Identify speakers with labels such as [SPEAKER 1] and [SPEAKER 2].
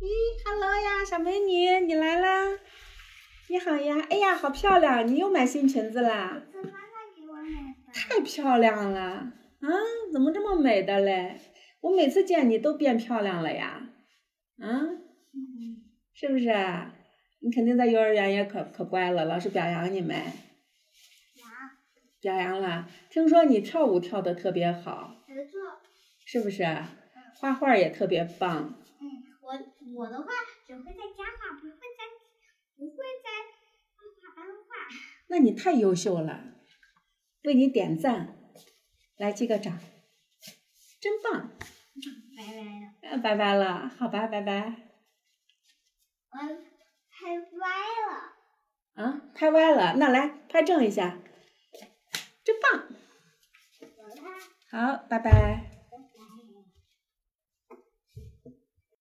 [SPEAKER 1] 咦，Hello 呀，小美女，你来啦！你好呀，哎呀，好漂亮！你又买新裙子啦？
[SPEAKER 2] 是妈妈给我买的。
[SPEAKER 1] 太漂亮了！啊，怎么这么美的嘞？我每次见你都变漂亮了呀！啊，
[SPEAKER 2] 嗯，
[SPEAKER 1] 是不是？你肯定在幼儿园也可可乖了，老师表扬你没？
[SPEAKER 2] 羊，
[SPEAKER 1] 表扬了。听说你跳舞跳得特别好，
[SPEAKER 2] 合作。
[SPEAKER 1] 是不是？啊画画也特别棒。
[SPEAKER 2] 嗯，我我的话只会在家画，不会在不会在画画班画。
[SPEAKER 1] 那你太优秀了，为你点赞，来击个掌，真棒！
[SPEAKER 2] 拜拜了，
[SPEAKER 1] 啊，拜拜了，好吧，拜拜。
[SPEAKER 2] 我嗯拍歪了。
[SPEAKER 1] 啊，拍歪了，那来拍正一下，真棒！
[SPEAKER 2] 我拍。
[SPEAKER 1] 好，拜拜。